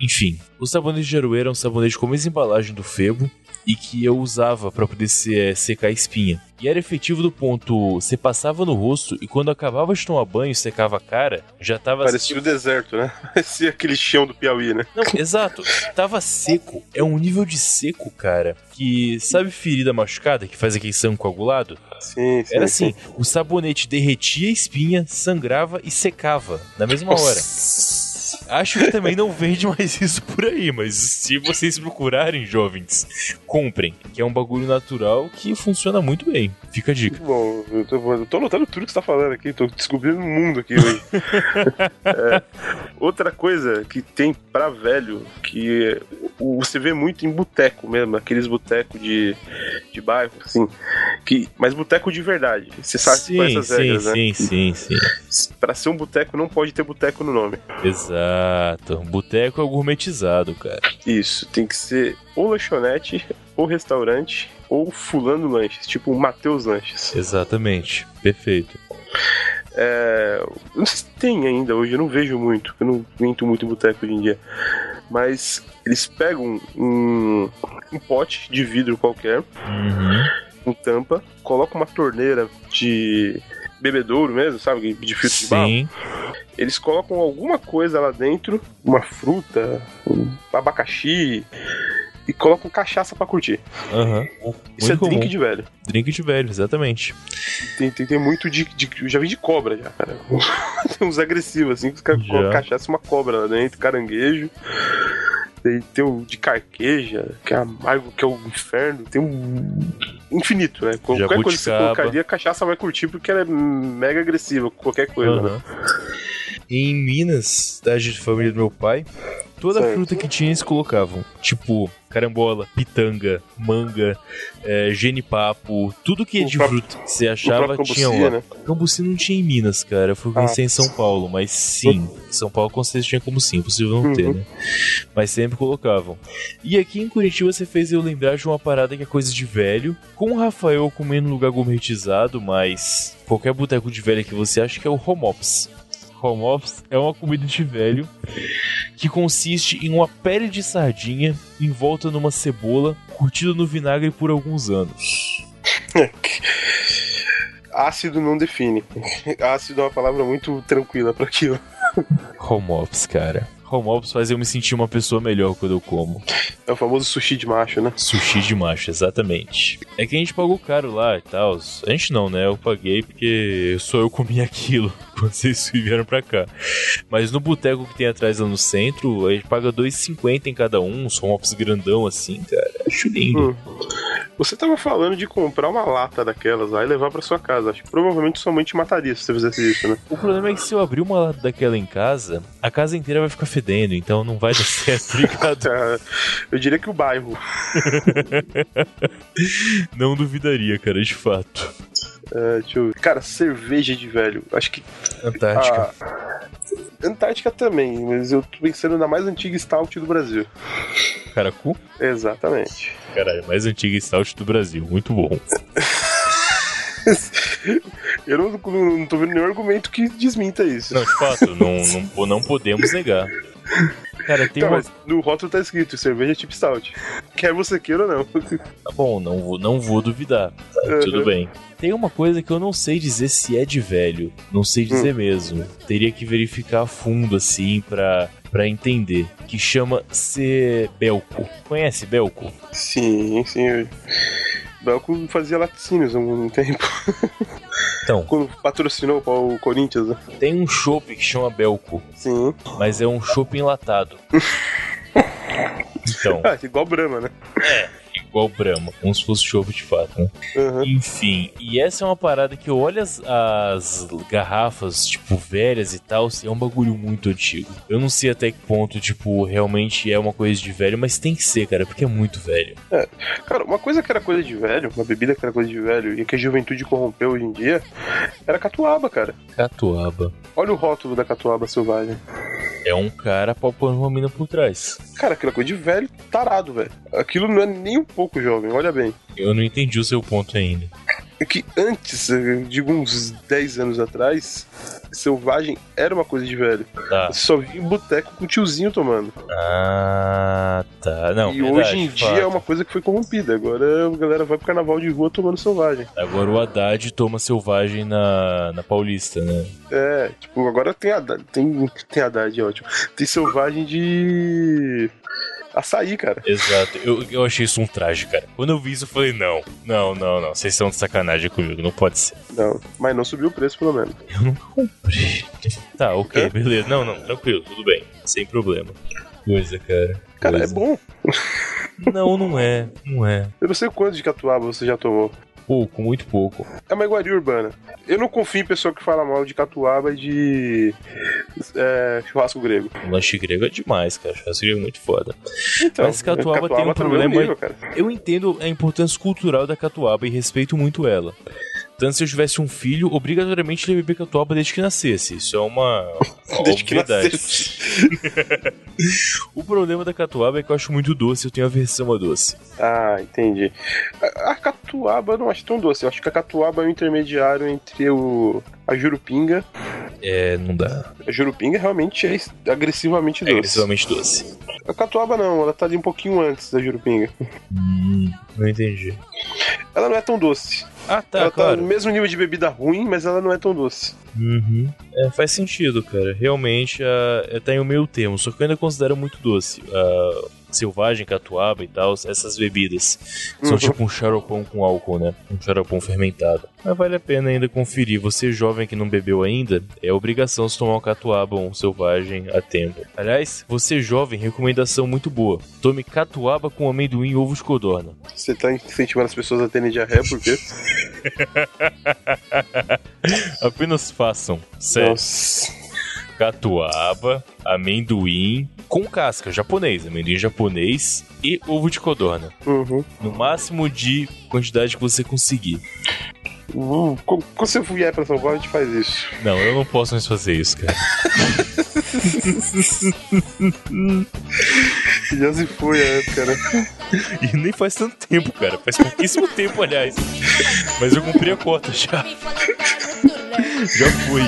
Enfim, o sabonete de aroeira é um sabonete com a mesma embalagem do Febo e que eu usava pra poder se- eh, secar a espinha. E era efetivo do ponto, você passava no rosto e quando acabava de tomar banho e secava a cara, já tava
Parecia o deserto, né? [LAUGHS] Parecia aquele chão do Piauí, né?
não, exato. Tava seco. É um nível de seco, cara. Que sabe ferida machucada que faz aquele sangue coagulado?
Sim, sim.
Era
sim.
assim: o sabonete derretia a espinha, sangrava e secava na mesma hora. Acho que também não vende mais [LAUGHS] isso por aí, mas se vocês procurarem, jovens, comprem. Que é um bagulho natural que funciona muito bem. Fica a dica.
Muito bom, eu tô, eu tô anotando tudo que você tá falando aqui, tô descobrindo o mundo aqui
[LAUGHS]
hoje. É, outra coisa que tem pra velho, que o- você vê muito em boteco mesmo, aqueles botecos de, de bairro, assim, que, mas boteco de verdade. Você sabe que quais essas
sim,
regras,
sim, sim, sim.
né? Pra ser um boteco não pode ter boteco no nome.
Exato. Boteco é gourmetizado, cara.
Isso, tem que ser ou lanchonete, [LAUGHS] ou restaurante, ou fulano lanches, tipo o Matheus Lanches.
Exatamente. Perfeito.
É, não sei se tem ainda hoje, eu não vejo muito, eu não entro muito em boteco hoje em dia. Mas eles pegam um, um pote de vidro qualquer,
Uhum.
com tampa, colocam uma torneira de bebedouro mesmo, sabe? De filtro de barro.
Sim.
Eles colocam alguma coisa lá dentro, uma fruta, um abacaxi, e colocam cachaça pra curtir.
Aham.
Isso
Muito
é
comum.
drink de velho.
Drink de velho, exatamente.
Tem, tem, tem muito de, de- Eu já vi de cobra já, cara. [LAUGHS] tem uns agressivos, assim, que os caras
Já.
colocam cachaça e uma cobra lá dentro, caranguejo. Tem, tem o de carqueja, que é amargo, que é o inferno. Tem um. Infinito, né? Qualquer coisa que você
Jabuticaba.
colocaria, a cachaça vai curtir porque ela é mega agressiva, qualquer coisa, né?
Aham. Em Minas, da gente- família do meu pai, toda
Certo.
fruta que tinha eles colocavam. Tipo, carambola, pitanga, manga, é, genipapo, tudo que é
O
de
próprio-
fruta que você
O próprio
achava tinha lá.
cambuci, né?
Cambuci não tinha em Minas, cara. Eu fui conhecer em São Paulo, mas sim. São Paulo com certeza tinha como sim, impossível não ter,
Uhum.
né? Mas sempre colocavam. E aqui em Curitiba você fez eu lembrar de uma parada que é coisa de velho. Com o Rafael comendo lugar gourmetizado, mas qualquer boteco de velho que você acha que é o home ops. Home ops é uma comida de velho que consiste em uma pele de sardinha envolta numa cebola, curtida no vinagre por alguns anos.
Ácido não define. [LAUGHS] Ácido é uma palavra muito tranquila pra aquilo.
Home ops, cara. Home ops faz eu me sentir uma pessoa melhor quando eu como.
É o famoso sushi de macho, né?
Sushi de macho, exatamente. É que a gente pagou caro lá e tal. A gente não, né? Eu paguei porque só eu comi [LAUGHS] aquilo quando vocês vieram pra cá. Mas no boteco que tem atrás lá no centro, a gente paga 2,50 em cada um. São home ops grandão assim, cara. Acho lindo.
Hum. Você tava falando de comprar uma lata daquelas lá e levar pra sua casa. Acho que provavelmente sua mãe te mataria se você fizesse isso, né?
O problema é que se eu abrir uma lata daquela em casa, a casa inteira vai ficar fedendo. Então não vai dar [LAUGHS] certo, obrigado.
Ah, [LAUGHS] Eu diria que o bairro.
Não duvidaria, cara, de fato.
É, deixa eu ver. Cara, cerveja de velho. Acho que.
Antártica.
A... Antártica também, mas eu tô pensando na mais antiga Stout do Brasil.
Caracu?
Exatamente. [LAUGHS]
Caralho, mais antiga stout do Brasil. Muito bom.
Eu não, não, não tô vendo nenhum argumento que desminta isso.
Não, de fato, não, [LAUGHS] não, não podemos negar. Cara, tem
Então,
uma.
mas no rótulo tá escrito cerveja tipo stout. Quer você queira ou não.
Tá bom, não vou, não vou duvidar. Tá,
Uhum. [LAUGHS]
Tudo bem. Tem uma coisa que eu não sei dizer se é de velho. Não sei dizer mesmo. Teria que verificar a fundo, assim, pra, pra entender. Que chama ser Belco. Conhece Belco?
Sim, sim. eu- Belco fazia laticínios há um tempo.
Então,
[LAUGHS] Quando patrocinou o Corinthians, né?
tem um chopp que chama Belco,
Sim.
mas é um chopp [LAUGHS] enlatado. Então,
[LAUGHS] Ah, igual Brahma, né?
igual Brahma, como se fosse chopp de fato, né?
Aham.
Enfim, e essa é uma parada que eu olho as, as garrafas, tipo, velhas e tal, é um bagulho muito antigo. Eu não sei até que ponto, tipo, realmente é uma coisa de velho, mas tem que ser, cara, porque é muito velho.
Cara, uma coisa que era coisa de velho, uma bebida que era coisa de velho e que a juventude corrompeu hoje em dia, era catuaba, cara.
Catuaba.
Olha o rótulo da catuaba selvagem.
É um cara palpando uma mina por trás.
Cara, aquilo é coisa de velho tarado, velho. Aquilo não é nem um pouco jovem, olha bem.
Eu não entendi o seu ponto ainda.
É que antes, eu digo uns 10 anos atrás, selvagem era uma coisa de velho.
Tá.
Você só via em boteco com o tiozinho tomando.
Ah, tá. Não,
e
verdade,
hoje em
de
dia é uma coisa que foi corrompida. Agora a galera vai pro carnaval de rua tomando selvagem.
fato. Agora o Haddad toma selvagem na, na Paulista, né?
É, tipo, agora tem Haddad. Tem, tem Haddad, é ótimo. Tem selvagem de. açaí, cara.
Exato. Eu, eu achei isso um traje, cara. Quando eu vi isso, eu falei, não, não, não, não. Vocês estão de sacanagem comigo, não pode ser.
Não, mas não subiu o preço, pelo menos.
Tá, ok, beleza. Não, não, tranquilo, tudo bem. Sem problema. Coisa, cara.
Cara, é
Coisa.
bom.
Não, não é. Não é.
Eu não sei quanto de catuaba você já tomou.
Pouco, muito pouco.
É uma iguaria urbana. Eu não confio em pessoa que fala mal de catuaba e de é, churrasco grego.
O lanche grego é demais, cara. Acho que é muito foda.
Então,
Mas catuaba tem um
tá no mesmo
problema
nível, cara.
Eu entendo a importância cultural da catuaba e respeito muito ela. Tanto se eu tivesse um filho, obrigatoriamente ele ia beber catuaba desde que nascesse. Isso é uma
[LAUGHS] Desde que
obviedade.
nasceu.
O problema da catuaba é que eu acho muito doce, eu tenho aversão a doce.
Ah, entendi. A, a catuaba eu não acho tão doce. Eu acho que a catuaba é um intermediário entre o a jurupinga.
É, não dá.
A jurupinga realmente é es- agressivamente
É
doce.
agressivamente doce.
A catuaba não, ela tá ali um pouquinho antes da jurupinga.
Não entendi.
Ela não é tão doce.
Ah, tá,
ela tá
claro.
no mesmo nível de bebida ruim, mas ela não é tão doce.
Uhum. É, faz sentido, cara. Realmente a, tá em um meio termo, só que eu ainda considero muito doce. A selvagem, catuaba e tal, essas bebidas. São
Uhum.
tipo um xaropão com álcool, né? Um xaropão fermentado. Mas vale a pena ainda conferir. Você jovem que não bebeu ainda, é obrigação se tomar um catuaba ou um selvagem a tempo. Aliás, você jovem, recomendação muito boa. Tome catuaba com amendoim e ovo de codorna.
Você tá incentivando as pessoas a terem diarreia por quê?
Apenas façam. Sério.
Nossa.
catuaba, amendoim com casca, japonês, amendoim japonês e ovo de codorna.
Uhum.
No máximo de quantidade que você conseguir.
Uhum. Quando quando você vier pra São Paulo, a gente faz isso.
Não, eu não posso mais fazer isso, cara. [LAUGHS]
Já se foi a época, né?
E nem faz tanto tempo, cara. Faz
[LAUGHS]
pouquíssimo [LAUGHS] tempo, aliás. Mas eu cumpri a cota já.
Me falou que era um turno.
Já fui.